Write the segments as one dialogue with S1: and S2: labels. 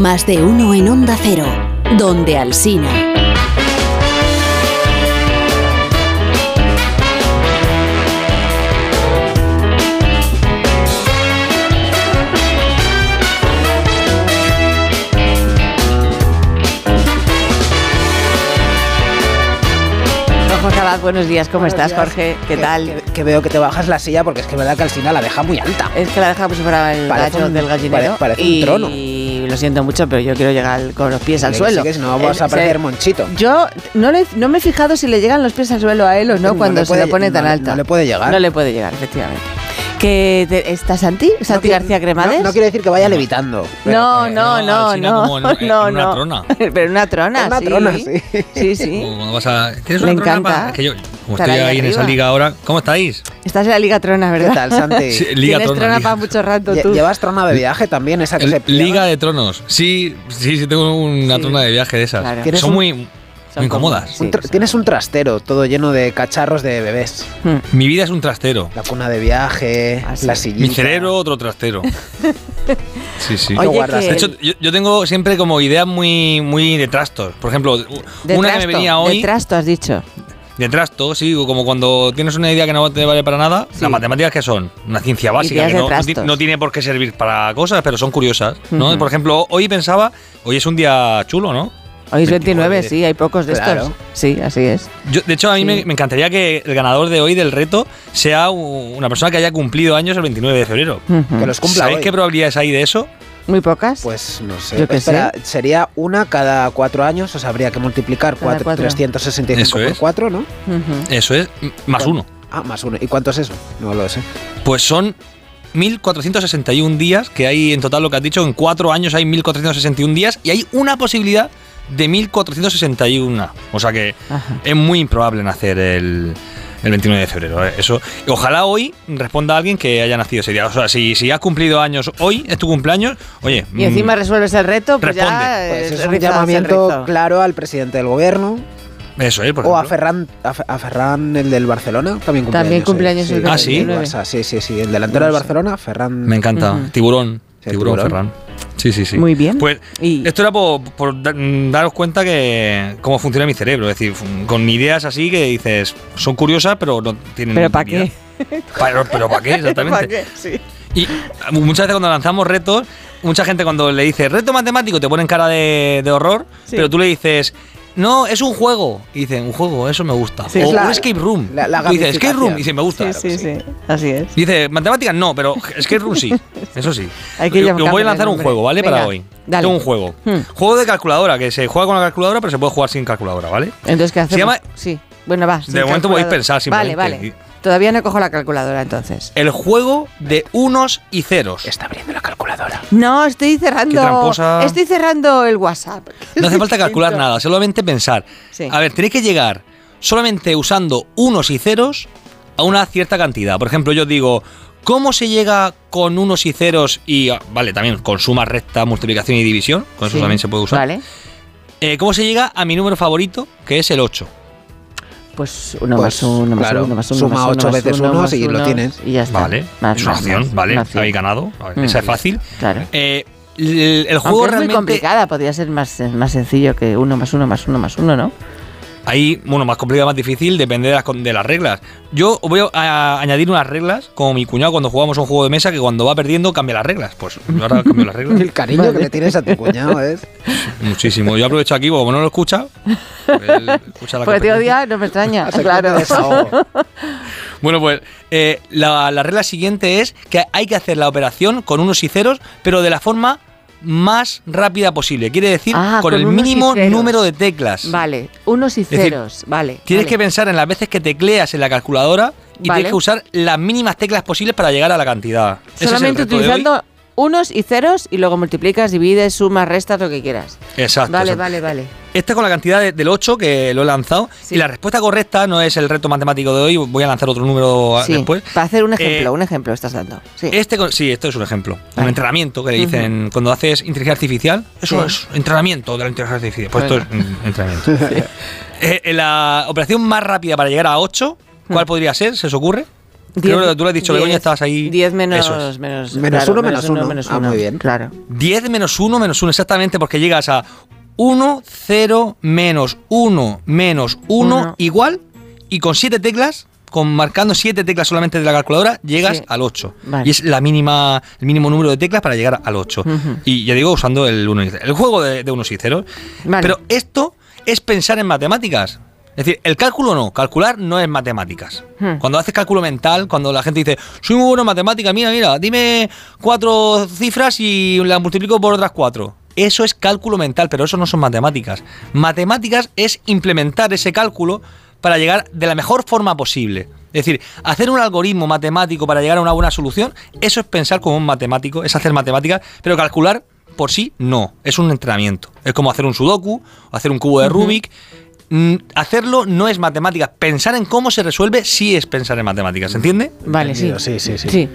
S1: Más de uno en Onda Cero, donde Alsina.
S2: Jorge Abad, buenos días, ¿cómo
S3: Buenos
S2: estás,
S3: días.
S2: Jorge? ¿Qué
S3: Que-
S2: tal?
S3: Que, que veo que te bajas la silla porque es que es verdad que Alsina la deja muy alta.
S2: Es que la dejamos para el
S3: Parece
S2: gallo
S3: un-
S2: del gallinero.
S3: pare- parece un
S2: y
S3: trono.
S2: lo siento mucho, pero yo quiero llegar al- con los pies al
S3: Que
S2: suelo.
S3: sí, que si no vas a
S2: Eh, se-
S3: perder monchito.
S2: Yo no, le- no me he fijado si le llegan los pies al suelo a él o no,
S3: No
S2: cuando
S3: le
S2: se
S3: puede-
S2: lo pone
S3: no
S2: tan
S3: le-
S2: alta.
S3: no le puede llegar.
S2: No le puede llegar, efectivamente. Que te- ¿Está Santi? ¿Santi
S3: No qui-
S2: García Cremades?
S3: No, no quiere decir que vaya levitando. pero-
S2: No,
S4: eh,
S2: no,
S4: no,
S2: no,
S4: Alsina,
S2: no,
S4: como en- en
S2: no,
S4: una
S2: no.
S4: trona.
S2: Pero en una trona,
S3: Una
S2: sí.
S3: trona, sí.
S2: Sí, sí.
S4: Como cuando vas a- ¿Tienes
S2: Le
S4: una trona
S2: ¿Eh? encanta.
S4: pa- que yo- como
S2: Estar
S4: estoy
S2: ahí
S4: ahí en esa
S2: arriba.
S4: liga ahora, ¿cómo estáis?
S2: Estás en la Liga Trona,
S3: ¿Qué
S2: ¿verdad?
S3: tal, Santi?
S4: Sí, liga
S2: Tienes
S4: trona,
S2: trona
S4: liga.
S2: para mucho rato
S3: Lle-
S2: tú.
S3: ¿Llevas trona de viaje también, esa que
S4: El-
S3: se pliega?
S4: liga de Tronos. Sí, sí, sí, tengo una
S2: Sí.
S4: trona de viaje de esas.
S2: Claro.
S3: ¿Tienes
S4: Son
S3: un-
S4: muy, muy
S2: Son
S4: incómodas.
S2: como-
S3: Un tra-
S2: sí,
S3: Tienes un trastero todo lleno de cacharros de bebés.
S2: Mm.
S4: Mi vida es un trastero.
S3: La cuna de viaje,
S2: Ah, sí.
S3: la sillita.
S4: Mi cerebro, otro trastero. Sí, sí.
S3: Oye,
S2: que-
S4: de hecho, yo, yo tengo siempre como ideas muy, muy de trastos. Por ejemplo, u-
S2: De
S4: una que
S2: trasto,
S4: me venía hoy.
S2: De trasto, has dicho.
S4: De trasto, sí, o como cuando tienes una idea que no te vale para nada.
S2: Sí.
S4: Las matemáticas que son una ciencia básica
S2: Ideas
S4: que
S2: de
S4: no, no ti-
S2: trastos.
S4: no tiene por qué servir para cosas, pero son curiosas, ¿no?
S2: Ujú.
S4: Por ejemplo, hoy pensaba, hoy es un día chulo, ¿no?
S2: Hoy es 29,
S3: 29,
S2: sí, hay pocos de estos.
S3: claro.
S2: Sí, así es.
S4: Yo, de hecho, a mí
S2: Sí.
S4: me, me encantaría que el ganador de hoy del reto sea u- una persona que haya cumplido años el 29 de febrero.
S2: Ujú.
S3: Que los cumpla
S4: ¿Sabéis
S3: hoy.
S4: qué probabilidades hay de eso?
S2: Muy pocas.
S3: Pues no sé.
S2: Yo qué
S3: Espera, sería una cada cuatro años, o sea, habría que multiplicar
S2: Cada
S3: cuatro-
S2: cuatro.
S3: 365
S4: Eso
S3: por
S4: es.
S3: 4, ¿no?
S2: Ujú.
S4: Eso es m- más uno.
S3: Ah, más uno. ¿Y cuánto es eso? No lo sé.
S4: Pues son 1.461 días, que hay en total lo que has dicho, en cuatro años hay 1.461 días y hay una posibilidad de 1.461. O sea que
S2: Ajá.
S4: es muy improbable nacer el, el 29 de febrero. ¿eh? Eso, ojalá hoy responda alguien que haya nacido ese día. O sea, si, si has cumplido años hoy, es tu cumpleaños, oye...
S2: Y encima
S4: mm,
S2: resuelves el reto, pues ya.
S4: Responde.
S3: Pues
S2: eh,
S3: es un
S2: rizas el
S3: llamamiento
S2: rizo.
S3: claro al presidente del gobierno
S4: eso, ¿eh? Por
S3: o a
S4: ejemplo.
S3: Ferran, a, Fe- a Ferran, el del Barcelona, también cumpleaños.
S2: También cumpleaños el
S4: Ah, ¿sí?
S3: 29. Barça, sí, sí, sí. El delantero del Barcelona, Ferran.
S4: Me encanta.
S2: Ujú.
S4: Tiburón.
S3: Sí,
S4: tiburón,
S3: tiburón.
S4: Ferran. Sí, sí, sí.
S2: Muy bien.
S4: Pues
S2: Y-
S4: esto era por, por da- mm, daros cuenta que cómo funciona mi cerebro. Es decir, fun- con ideas así que dices, son curiosas, pero no tienen.
S2: ¿Pero para
S4: utilidad.
S2: qué?
S4: Pero, pero ¿para qué? Exactamente.
S2: ¿Para qué? Sí.
S4: Y ah, muchas veces cuando lanzamos retos, mucha gente cuando le dice reto matemático te ponen cara de, de horror,
S2: Sí.
S4: pero tú le dices. No, es un juego. Y dicen, un juego, eso me gusta.
S2: Sí,
S4: o
S2: es
S3: la-
S4: un escape room.
S3: la- la
S4: Tú dices, escape room.
S3: gamificación.
S4: Y dice, me gusta.
S2: Sí, sí, sí. Así es.
S4: Dice, matemáticas no, pero es que Run sí. Eso sí.
S2: Hay que
S4: Yo- yo
S2: cambiarle
S4: voy
S2: el
S4: a lanzar un
S2: nombre.
S4: juego, ¿vale?
S2: Venga,
S4: Para hoy.
S2: dale.
S4: Tengo un juego.
S2: Hmm.
S4: Juego de calculadora, que se juega con la calculadora, pero se puede jugar sin calculadora, ¿ale?
S2: Entonces, ¿qué hacemos?
S4: llama-
S2: Sí. Bueno, va. sin
S4: momento podéis
S2: calculadora.
S4: pensar simplemente. Eh,
S2: Vale, vale. Todavía no cojo la calculadora, entonces.
S4: El juego de unos y ceros.
S3: Está abriendo la calculadora.
S2: No, estoy cerrando.
S4: Qué tramposa.
S2: Estoy cerrando el WhatsApp.
S4: No hace falta calcular nada, solamente pensar.
S2: Sí.
S4: A ver, tenéis que llegar solamente usando unos y ceros a una cierta cantidad. Por ejemplo, yo digo, ¿cómo se llega con unos y ceros y, ah, vale, también con suma, recta, multiplicación y división? Con eso
S2: Sí.
S4: también se puede usar.
S2: Vale.
S4: Eh, ¿Cómo se llega a mi número favorito, que es el 8?
S2: Pues uno
S3: Pues,
S2: más uno más
S3: claro,
S2: uno más uno.
S3: suma
S2: más uno,
S3: ocho
S2: más
S3: veces
S2: uno,
S3: unos
S2: más
S3: y lo tienes.
S2: Y ya está.
S4: Vale,
S2: Más,
S4: es una
S2: más,
S4: opción,
S2: más,
S4: vale,
S2: una opción.
S4: habéis ganado, A ver,
S2: Mm.
S4: esa es fácil.
S2: Claro.
S4: Eh, el, el
S2: Aunque
S4: juego
S2: es muy
S4: realmente...
S2: complicada, podría ser más, más sencillo que uno más uno más uno más uno, ¿no?
S4: Ahí, bueno, más complicado, más difícil, depende de las, con- de las reglas. Yo os voy a, a añadir unas reglas, como mi cuñado cuando jugamos a un juego de mesa, que cuando va perdiendo cambia las reglas. Pues yo ahora cambio las reglas
S3: El cariño que le tienes a tu cuñado es.
S4: muchísimo. Yo aprovecho aquí, porque como no lo escucha, él escucha la
S2: Porque te
S4: competencia.
S2: odia, no me
S4: Ah,
S2: extraña.
S3: Así que
S2: claro.
S3: me desahogo.
S4: Bueno, pues eh, la, la regla siguiente es que hay que hacer la operación con unos y ceros, pero de la forma más rápida posible. Quiere decir,
S2: Ah,
S4: con,
S2: con
S4: el
S2: unos y
S4: mínimo
S2: ceros.
S4: número de teclas.
S2: Vale, unos y
S4: decir,
S2: ceros, vale.
S4: Tienes
S2: vale.
S4: que pensar en las veces que tecleas en la calculadora y
S2: Vale.
S4: tienes que usar las mínimas teclas posibles para llegar a la cantidad. Ese es el
S2: Solamente
S4: reto de hoy.
S2: utilizando unos y ceros y luego multiplicas, divides, sumas, restas, lo que quieras.
S4: Exacto.
S2: vale,
S4: exacto.
S2: vale, vale.
S4: Esta con la cantidad de- del 8 que lo he lanzado.
S2: Sí.
S4: Y la respuesta correcta no es el reto matemático de hoy. Voy a lanzar otro número a-
S2: Sí,
S4: después.
S2: para hacer un ejemplo,
S4: Eh,
S2: un ejemplo estás dando. Sí.
S4: Este, con- sí, esto es un ejemplo. Un
S2: Vale.
S4: entrenamiento que le dicen cuando haces inteligencia artificial. Eso
S2: Sí.
S4: es entrenamiento de la inteligencia artificial. Pues
S2: Pues- Bueno.
S4: esto es mm, entrenamiento. Eh, eh, la operación más rápida para llegar a 8, ¿cuál podría ser? ¿Se os ocurre? Creo
S2: Mm. Diez-
S4: que tú lo has dicho,
S2: diez-
S4: Begoña, estabas ahí.
S2: 10 menos,
S4: Eso es.
S2: menos,
S3: Menos
S2: claro,
S3: uno, menos uno. Ah, muy bien.
S2: Claro.
S4: 10 menos 1 menos 1, exactamente, porque llegas a 1, 0, menos 1, menos 1,
S2: Uno.
S4: igual, y con 7 teclas, con marcando 7 teclas solamente de la calculadora, llegas
S2: Sí.
S4: al 8.
S2: Vale.
S4: Y es la mínima, el mínimo número de teclas para llegar al 8.
S2: Ujú.
S4: Y ya digo, usando el 1 y cero. El juego de, de unos y ceros.
S2: Vale.
S4: Pero esto es pensar en matemáticas. Es decir, el cálculo no, calcular no es matemáticas.
S2: Hmm.
S4: Cuando haces cálculo mental, cuando la gente dice, soy muy bueno en matemáticas, mira, mira, dime cuatro cifras y las multiplico por otras cuatro. Eso es cálculo mental, pero eso no son matemáticas. Matemáticas es implementar ese cálculo para llegar de la mejor forma posible. Es decir, hacer un algoritmo matemático para llegar a una buena solución, eso es pensar como un matemático, es hacer matemáticas, pero calcular por sí no, es un entrenamiento. Es como hacer un sudoku, o hacer un cubo de Rubik. Mm, Hacerlo no es matemáticas. Pensar en cómo se resuelve sí es pensar en matemáticas, ¿se entiende?
S2: Vale, sí.
S3: Entendido, sí, sí, sí.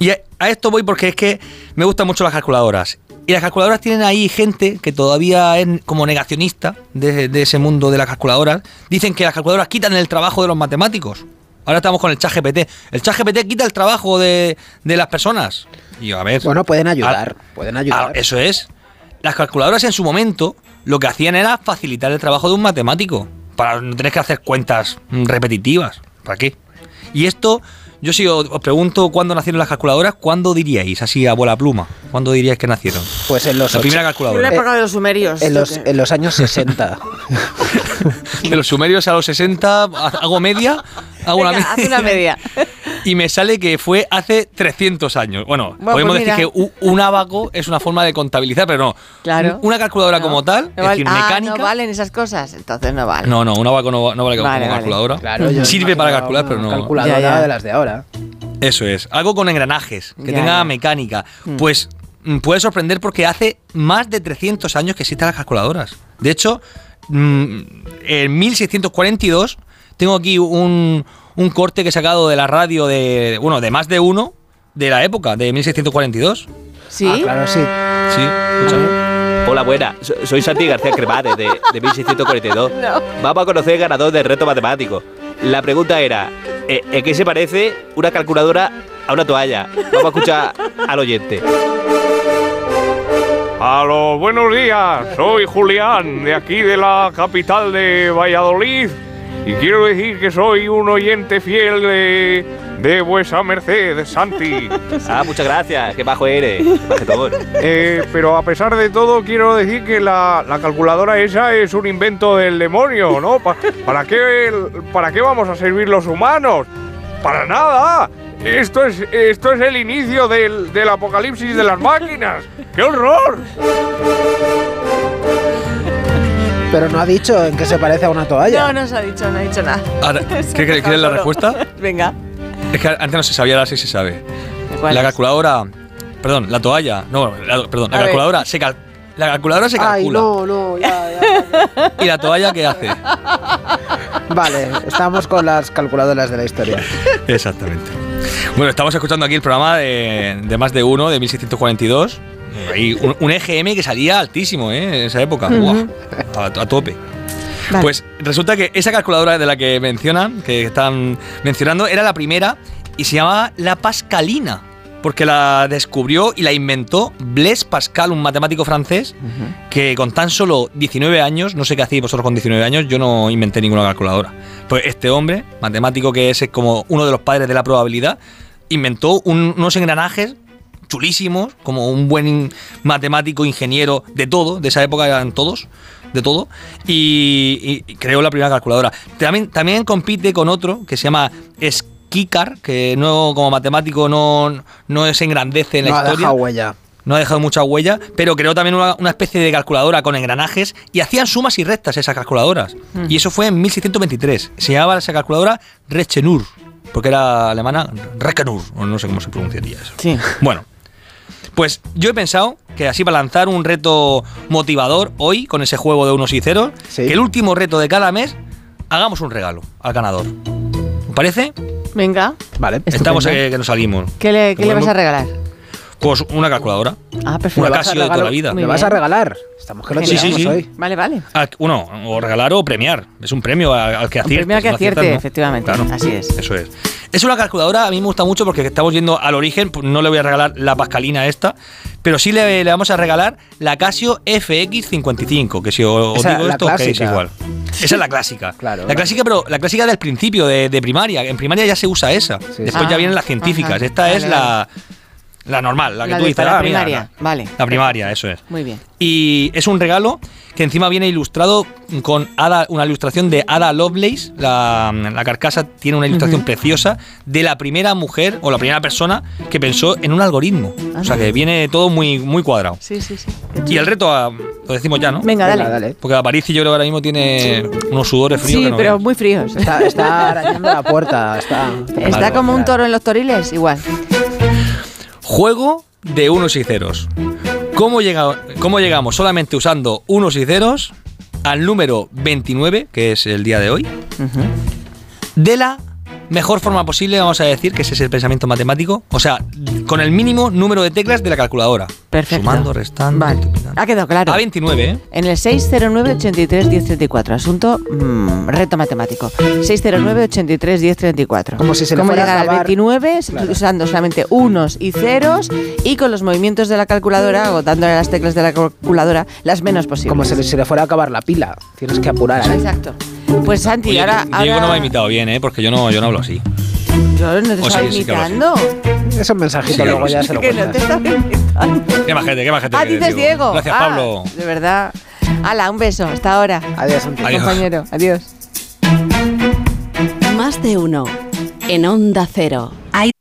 S4: Y a, a esto voy porque es que me gustan mucho las calculadoras. Y las calculadoras tienen ahí gente que todavía es como negacionista de, de ese mundo de las calculadoras. Dicen que las calculadoras quitan el trabajo de los matemáticos. Ahora estamos con el chat GPT. El chat GPT quita el trabajo de, de las personas. Y yo, a ver.
S3: Bueno, pueden ayudar,
S4: Ah,
S3: pueden ayudar.
S4: Ah, eso es. Las calculadoras en su momento lo que hacían era facilitar el trabajo de un matemático. Para no tener que hacer cuentas mm, repetitivas. ¿Para qué? Y esto, yo si os, os pregunto cuándo nacieron las calculadoras, ¿cuándo diríais? Así a bola pluma. ¿Cuándo diríais que nacieron?
S3: Pues en los,
S4: La primera
S3: och-
S2: En la
S4: calculadora.
S2: época de los sumerios.
S3: Eh, en los,
S2: creo que-
S3: en los años 60.
S4: De los sumerios a los 60, ha- hago media. Hago una
S2: Venga,
S4: media.
S2: haz una media.
S4: Y me sale que fue hace 300 años. Bueno,
S2: Bueno,
S4: podemos
S2: pues
S4: decir que
S2: mira.
S4: u- un abaco es una forma de contabilizar, pero no.
S2: Claro.
S4: Un- Una calculadora
S2: No.
S4: como tal,
S2: No
S4: es
S2: vale-
S4: decir,
S2: ah,
S4: mecánica.
S2: no valen esas cosas, entonces no vale.
S4: No, no, un abaco no, va- no vale, como
S2: Vale, vale.
S4: calculadora.
S3: Claro, yo
S4: Sirve
S3: imaginaba
S4: para calcular,
S3: una
S4: pero no.
S3: Calculadora
S2: Ya, ya.
S3: de las de ahora.
S4: Eso es. Algo con engranajes, que
S2: Ya,
S4: tenga
S2: ya.
S4: mecánica. Pues mm, puede sorprender porque hace más de 300 años que existen las calculadoras. De hecho, mm, en 1642 tengo aquí un, un corte que he sacado de la radio de, bueno, de más de uno de la época, de 1642.
S2: ¿Sí?
S3: Ah, claro, sí.
S4: Sí, escúchame.
S5: Hola, buena. So- Soy Santi García Cremades de, de 1642. Vamos a conocer el ganador del reto matemático. La pregunta era, ¿eh, ¿en qué se parece una calculadora a una toalla? Vamos a escuchar al oyente.
S6: A los buenos días, soy Julián, de aquí de la capital de Valladolid, y quiero decir que soy un oyente fiel de, de vuesa merced, Santi.
S5: Ah, muchas gracias. Qué bajo eres. Qué bajetón.
S6: Eh, pero a pesar de todo, quiero decir que la, la calculadora esa es un invento del demonio, ¿no? Pa- ¿para, qué, el- ¿Para qué vamos a servir los humanos? ¡Para nada! Esto es, esto es el inicio del, del apocalipsis de las máquinas. ¡Qué horror!
S3: Pero no ha dicho en qué se parece a una toalla.
S2: No, no se ha dicho, no ha dicho nada.
S4: Ahora,
S2: Se
S4: ¿qué-
S2: ha
S4: qué-
S2: dejado
S4: ¿Quieres la
S2: solo.
S4: respuesta?
S2: Venga.
S4: Es que antes no se sabía, ahora sí se sabe.
S2: ¿Cuál
S4: La
S2: es?
S4: calculadora. Perdón, la toalla. No, la- perdón, la
S2: A ver.
S4: calculadora se cal- La calculadora se
S3: Ay,
S4: calcula.
S3: no, no, ya, ya,
S4: ¿Y la toalla qué hace?
S3: ya. Vale, estamos con las calculadoras de la historia.
S4: Exactamente. Bueno, estamos escuchando aquí el programa de, de más de uno, de 1642. Ahí un, un EGM que salía altísimo ¿eh? en esa época. Buah, a, a tope.
S2: Vale.
S4: Pues resulta que esa calculadora de la que mencionan, que están mencionando, era la primera y se llamaba la Pascalina. Porque la descubrió y la inventó Blaise Pascal, un matemático francés, que con tan solo 19 años, no sé qué hacéis vosotros con 19 años, yo no inventé ninguna calculadora. Pues este hombre, matemático que es eh, como uno de los padres de la probabilidad, inventó un- unos engranajes chulísimos, como un buen in- matemático, ingeniero, de todo, de esa época eran todos, de todo, y, y- y creó la primera calculadora. También, también compite con otro que se llama Skikar, que no como matemático no, no se engrandece en
S3: no
S4: la
S3: ha
S4: historia
S3: dejado huella.
S4: no ha dejado mucha huella, pero creó también una, una especie de calculadora con engranajes y hacían sumas y rectas esas calculadoras. Y eso fue en 1623. Se llamaba esa calculadora Rechenur, porque era alemana Rechenur, o no sé cómo se pronunciaría eso.
S2: Sí.
S4: Bueno, pues yo he pensado que así para lanzar un reto motivador hoy con ese juego de unos y ceros,
S3: Sí.
S4: que el último reto de cada mes hagamos un regalo al ganador. ¿Os parece?
S2: Venga.
S3: Vale.
S4: Estamos eh, que nos salimos.
S2: ¿Qué le, qué le vas a regalar?
S4: Pues una calculadora.
S2: Ah,
S4: Una
S2: perfecto.
S3: ¿Le vas a
S4: Casio de toda
S3: regalar-
S4: la vida.
S3: ¿Le
S2: Muy
S3: vas
S2: bien.
S3: a regalar? Estamos que lo
S4: Sí, sí,
S3: tiramos
S4: sí.
S3: hoy.
S2: Vale, vale.
S4: Ah, Bueno, o regalar o premiar. Es un premio al, al que aciertes.
S2: Primero que
S4: no aciertas,
S2: acierte,
S4: no.
S2: efectivamente.
S4: Claro,
S2: Así es.
S4: eso es. Es una calculadora, a mí me gusta mucho porque estamos yendo al origen, pues no le voy a regalar la pascalina esta, pero sí le, le vamos a regalar la Casio FX55, que si os, os
S3: Esa,
S4: digo
S3: la
S4: esto, os quedáis
S3: clásica.
S4: igual. Esa es la clásica.
S3: Claro,
S4: la
S3: la-
S4: clásica, pero la clásica del principio, de, de primaria. En primaria ya se usa esa.
S3: Sí,
S4: Después
S2: sí.
S4: ya
S2: Ah,
S4: vienen las científicas.
S2: ajá.
S4: Esta
S2: Vale,
S4: es la, la normal, la que
S2: La
S4: tú
S2: de-
S4: dices.
S2: para la
S4: "Ah, mira,
S2: primaria".
S4: la-
S2: Vale,
S4: La primaria, eso es.
S2: Muy bien.
S4: Y es un regalo que encima viene ilustrado con Ada- una ilustración de Ada Lovelace. La, la carcasa tiene una ilustración preciosa de la primera mujer o la primera persona que pensó en un algoritmo. O sea que viene todo muy, muy cuadrado.
S2: Sí, sí, sí.
S4: Y el reto, ah, lo decimos ya, ¿no?
S2: Venga, dale.
S3: Venga, dale.
S4: Porque la París yo creo que ahora mismo tiene unos sudores fríos.
S2: Sí,
S4: que no
S2: pero
S4: veas.
S2: muy fríos.
S3: Está, está arañando la puerta. Está,
S2: Está como un toro en los toriles, igual.
S4: Juego de unos y ceros. ¿Cómo, llega- ¿Cómo llegamos solamente usando unos y ceros al número 29, que es el día de hoy? De la mejor forma posible, vamos a decir, que ese es el pensamiento matemático. O sea, con el mínimo número de teclas de la calculadora.
S2: Perfecto.
S4: Sumando, restando,
S2: Vale.
S4: multiplicando.
S2: Ha quedado claro.
S4: A 29, ¿eh?
S2: En el 609-83-1034. Asunto mm, reto matemático. 609-83-1034.
S3: Como si se le
S2: ¿Cómo
S3: fuera a
S2: llegar al
S3: acabar?
S2: 29
S3: Claro.
S2: usando solamente unos y ceros y con los movimientos de la calculadora, agotándole las teclas de la calculadora, las menos posibles.
S3: Como si le, se le fuera a acabar la pila. Tienes que apurar. ahí.
S2: Exacto. Pues Santi,
S4: Oye,
S2: ahora.
S4: Diego
S2: ahora-
S4: no me ha imitado bien, ¿eh? Porque yo no, yo no hablo así.
S2: Yo no te
S4: O
S2: estaba
S4: sí, sí que lo sé.
S2: imitando.
S3: Ese mensajito
S4: Sí,
S3: luego ya
S4: sí,
S3: se lo
S2: que no te
S3: cuentas.
S2: estaba imitando.
S4: Qué majete, qué majete.
S2: Ah,
S4: que eres,
S2: dices Diego.
S4: Gracias,
S2: Ah,
S4: Pablo.
S2: De verdad. Hala, un beso. Hasta ahora.
S3: Adiós, Santi.
S4: Adiós.
S2: Compañero, adiós.
S1: Más de uno. En Onda Cero. Hay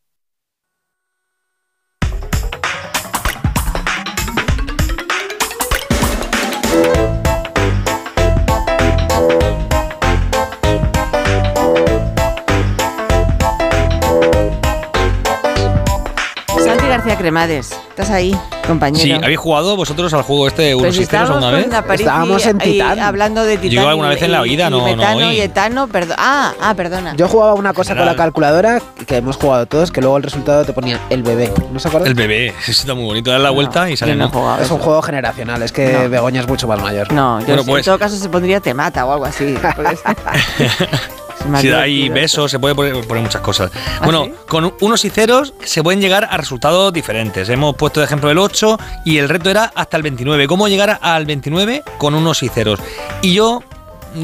S2: Santi García Cremades, estás ahí, compañero.
S4: Sí, ¿habéis jugado vosotros al juego este de unos
S2: Pues
S4: y ceros
S2: estábamos
S4: alguna
S2: con
S4: vez?
S2: Aparici
S3: Estábamos en
S2: y
S3: Titán.
S2: hablando de Titán.
S4: Yo alguna
S2: y-
S4: vez en la
S2: y-
S4: vida, no-
S2: Y
S4: no
S2: metano
S4: oí.
S2: y etano, perdón. Ah, ah, perdona.
S3: Yo jugaba una cosa con la
S4: General.
S3: calculadora que hemos jugado todos, que luego el resultado te ponía el bebé. ¿No se acuerdan?
S4: El bebé, eso está muy bonito. Dar la vuelta y sale.
S2: yo no he
S4: ¿no?
S2: jugado
S3: Es un
S2: eso.
S3: juego generacional, es que
S2: No. ¿Eh?
S3: Begoña es mucho más mayor.
S2: No, yo
S4: Bueno,
S2: sí,
S4: pues-
S2: en todo caso se pondría te mata o algo así. porque es- es más
S4: Si da ahí
S2: divertido.
S4: besos, se puede poner, poner muchas cosas.
S2: ¿Ah,
S4: Bueno,
S2: sí?
S4: con unos y ceros se pueden llegar a resultados diferentes. Hemos puesto de ejemplo el 8 y el reto era hasta el 29. ¿Cómo llegar al 29 con unos y ceros? Y yo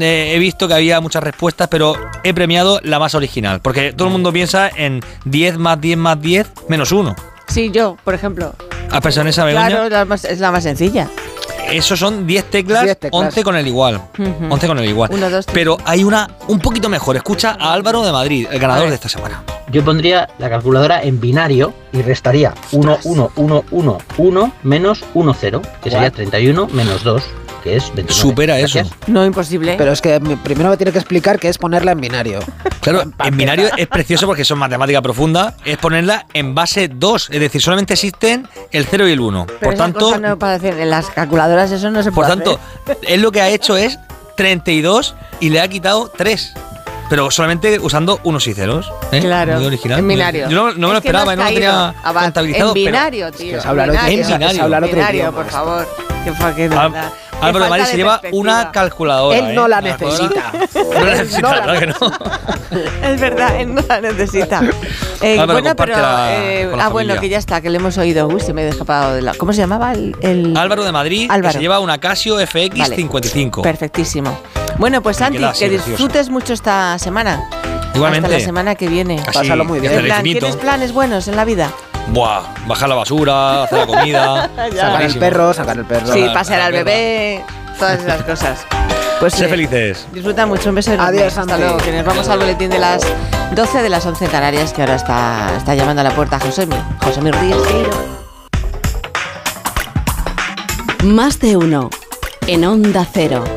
S4: eh, he visto que había muchas respuestas, pero he premiado la más original. Porque todo el mundo piensa en 10 más 10 más 10 menos 1.
S2: Sí, yo, por ejemplo.
S4: ¿Has pensado en esa, Begoña?
S2: Claro, la más- es la más sencilla.
S4: Esos son 10 teclas,
S3: 10 teclas.
S4: 11 con el igual.
S2: Ujú.
S4: 11 con el igual.
S2: Uno, dos, tres.
S4: Pero hay una un poquito mejor. Escucha a Álvaro de Madrid, el ganador
S2: ver.
S4: de esta semana.
S7: Yo pondría la calculadora en binario y restaría 1, 1, 1, 1, 1 menos 1, 0, que sería 31 menos 2, que es 29.
S4: Supera eso.
S7: Gracias.
S2: No, imposible.
S3: Pero es que me- primero me tiene que explicar qué es ponerla en binario.
S4: Claro, en binario es precioso porque son matemática profunda. Es ponerla en base 2. Es decir, solamente existen el 0 y el 1.
S2: Pero
S4: Por
S2: esas
S4: tanto,
S2: cosas no parecen- en las calculadoras eso no se
S4: por
S2: puede
S4: tanto,
S2: hacer.
S4: él lo que ha hecho es 32 y le ha quitado 3. Pero solamente usando unos y ceros. ¿eh?
S2: Claro.
S4: Muy original.
S2: En binario.
S4: Yo no, no me lo
S2: Es que
S4: esperaba, ¿eh?
S2: has
S4: no lo
S2: caído,
S4: tenía
S2: Abad.
S4: contabilizado.
S2: En
S4: pero-
S2: binario, tío.
S3: que es hablar otro-
S4: En binario.
S3: es hablar otro
S2: Binario,
S3: idioma
S2: por
S3: esto.
S2: favor. Qué fa- qué
S4: Al-
S2: verdad. Qué
S4: Ah, Álvaro de
S2: falta
S4: Madrid
S2: de
S4: se lleva
S2: perspectiva.
S4: una calculadora.
S3: Él
S4: ¿eh?
S3: no la
S4: Una
S3: necesita.
S4: calculadora. No la necesita, claro que no.
S2: Es verdad, él no la necesita. Eh,
S4: Álvaro,
S2: bueno, pero.
S4: compártela
S2: eh,
S4: con la
S2: ah, bueno,
S4: familia.
S2: que ya está, que le hemos oído. Uy, se me ha escapado de la. ¿Cómo se llamaba el.? el-
S4: Álvaro de Madrid, que
S2: Álvaro.
S4: se lleva una Casio FX55.
S2: Perfectísimo. Bueno, pues Santi,
S4: queda así,
S2: que
S4: preciosa.
S2: disfrutes mucho esta semana.
S4: Igualmente.
S2: Hasta la semana que viene.
S4: Así,
S3: Pásalo muy bien.
S4: hasta
S2: En
S4: el
S2: plan,
S4: infinito.
S2: ¿Tienes planes buenos en la vida?
S4: Buah, bajar la basura, hacer la comida.
S3: Sacar el
S4: Buenísimo.
S3: perro, sacar el perro.
S2: Sí,
S4: la-
S2: pasear
S4: la
S2: al
S4: mierda.
S2: bebé, todas esas cosas. Pues
S4: Sé
S2: eh,
S4: felices.
S2: Disfruta mucho, un beso enorme.
S3: Adiós,
S2: Hasta
S3: Santi.
S2: luego, que nos vamos al boletín de las 12 de las 11 en Canarias, que ahora está, está llamando a la puerta José, José Ríos.
S1: más de uno. En Onda Cero.